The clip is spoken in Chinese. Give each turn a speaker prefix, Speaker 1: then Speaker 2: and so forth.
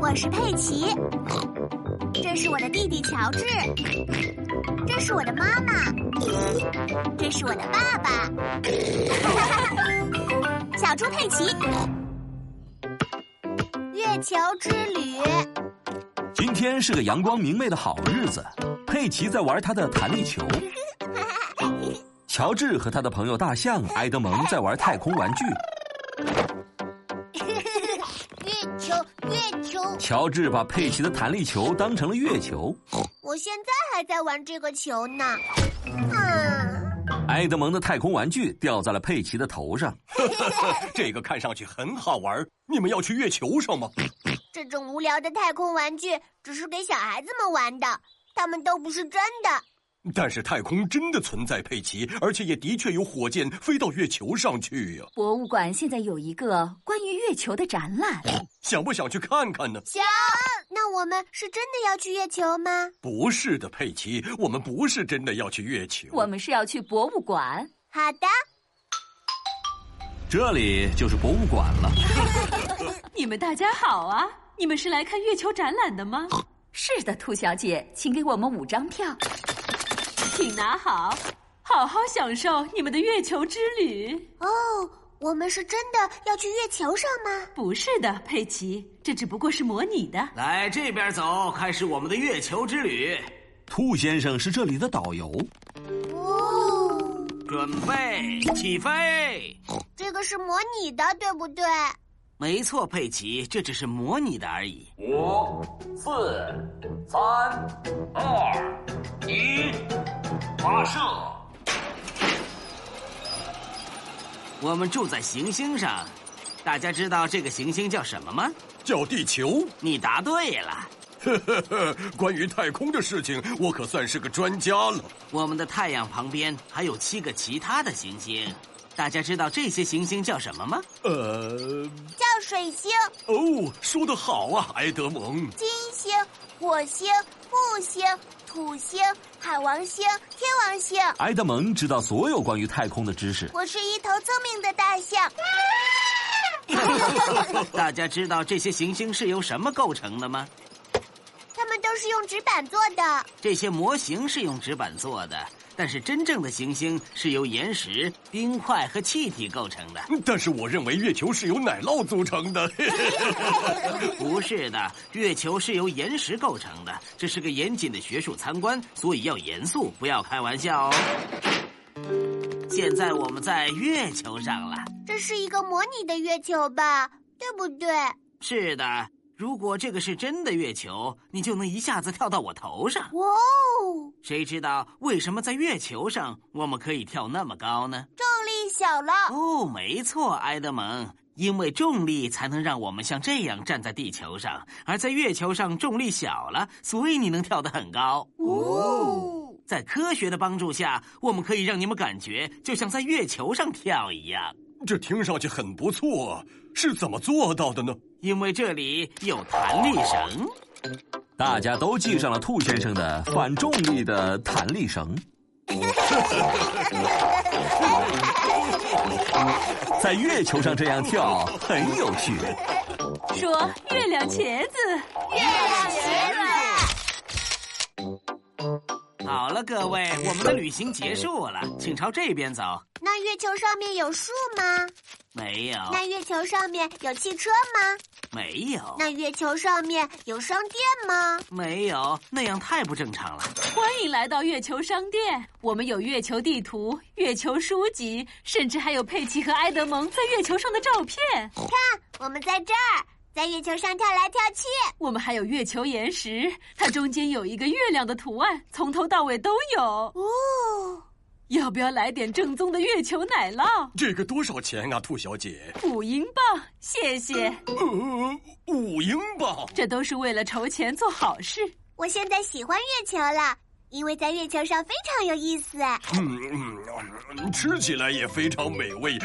Speaker 1: 我是佩奇，这是我的弟弟乔治，这是我的妈妈，这是我的爸 爸，小猪佩奇，月球之旅。
Speaker 2: 今天是个阳光明媚的好日子，佩奇在玩他的弹力球，乔治和他的朋友大象埃德蒙在玩太空玩具，
Speaker 3: 月球，月球，
Speaker 2: 乔治把佩奇的弹力球当成了月球，
Speaker 3: 我现在还在玩这个球呢。啊
Speaker 2: 埃德蒙的太空玩具掉在了佩奇的头上，
Speaker 4: 这个看上去很好玩，你们要去月球上吗？
Speaker 3: 这种无聊的太空玩具只是给小孩子们玩的，他们都不是真的。
Speaker 4: 但是太空真的存在，佩奇，而且也的确有火箭飞到月球上去呀、
Speaker 5: 博物馆现在有一个关于月球的展览，
Speaker 6: 嗯
Speaker 4: 想不想去看看呢？
Speaker 3: 那我们是真的要去月球吗？
Speaker 4: 不是的，佩奇，我们不是真的要去月球。
Speaker 5: 我们是要去博物馆。
Speaker 3: 好的，
Speaker 2: 这里就是博物馆了。
Speaker 6: 你们大家好啊！你们是来看月球展览的吗？
Speaker 5: 是的，兔小姐，请给我们五张票。
Speaker 6: 请拿好，好好享受你们的月球之旅。
Speaker 3: 哦，我们是真的要去月球上吗？
Speaker 6: 不是的，佩奇，这只不过是模拟的。
Speaker 7: 来这边走，开始我们的月球之旅。
Speaker 2: 兔先生是这里的导游，
Speaker 3: 哦，
Speaker 7: 准备起飞。
Speaker 3: 这个是模拟的，对不对？
Speaker 7: 没错，佩奇，这只是模拟的而已。
Speaker 8: 五、四、三、二、一，发射！
Speaker 7: 我们住在行星上，大家知道这个行星叫什么吗？
Speaker 4: 叫地球。
Speaker 7: 你答对了。
Speaker 4: 呵呵，关于太空的事情，我可算是个专家了。
Speaker 7: 我们的太阳旁边还有七个其他的行星，大家知道这些行星叫什么吗？
Speaker 4: 呃，
Speaker 3: 叫水星、
Speaker 4: 哦，说得好啊，埃德蒙。
Speaker 3: 金星、火星、木星、土星、海王星、天王星。
Speaker 2: 埃德蒙知道所有关于太空的知识。
Speaker 3: 我是一头聪明的大象，
Speaker 7: 大家知道这些行星是由什么构成的吗？
Speaker 3: 它们都是用纸板做的。
Speaker 7: 这些模型是用纸板做的，但是真正的行星是由岩石、冰块和气体构成的。
Speaker 4: 但是我认为月球是由奶酪组成的。
Speaker 7: 不是的，月球是由岩石构成的，这是个严谨的学术参观，所以要严肃，不要开玩笑哦。现在我们在月球上了。
Speaker 3: 这是一个模拟的月球吧，对不对？
Speaker 7: 是的，如果这个是真的月球，你就能一下子跳到我头上。
Speaker 3: 哇哦，
Speaker 7: 谁知道为什么在月球上我们可以跳那么高呢？
Speaker 3: 重力小了，
Speaker 7: 哦，没错，埃德蒙，因为重力才能让我们像这样站在地球上，而在月球上重力小了，所以你能跳得很高。哦，在科学的帮助下，我们可以让你们感觉就像在月球上跳一样，
Speaker 4: 这听上去很不错啊，是怎么做到的呢？
Speaker 7: 因为这里有弹力绳。
Speaker 2: 大家都系上了兔先生的反重力的弹力绳。
Speaker 3: 哦
Speaker 2: 在月球上这样跳很有趣。
Speaker 6: 说月亮茄子。
Speaker 7: 好了，各位，我们的旅行结束了，请朝这边走。
Speaker 3: 那月球上面有树吗？
Speaker 7: 没有，
Speaker 3: 那月球上面有汽车吗？
Speaker 7: 没有，
Speaker 3: 那月球上面有商店吗？
Speaker 7: 没有，那样太不正常了。
Speaker 6: 欢迎来到月球商店，我们有月球地图、月球书籍，甚至还有佩奇和埃德蒙在月球上的照片。
Speaker 3: 我们在这儿，在月球上跳来跳去。
Speaker 6: 我们还有月球岩石，它中间有一个月亮的图案，从头到尾都有。
Speaker 3: 哦，
Speaker 6: 要不要来点正宗的月球奶酪？
Speaker 4: 这个多少钱啊，兔小姐？
Speaker 6: 五英镑，谢谢。
Speaker 4: 呃，五英镑。
Speaker 6: 这都是为了筹钱做好事。
Speaker 3: 我现在喜欢月球了，因为在月球上非常有意思。
Speaker 4: 嗯嗯 嗯，吃起来也非常美味。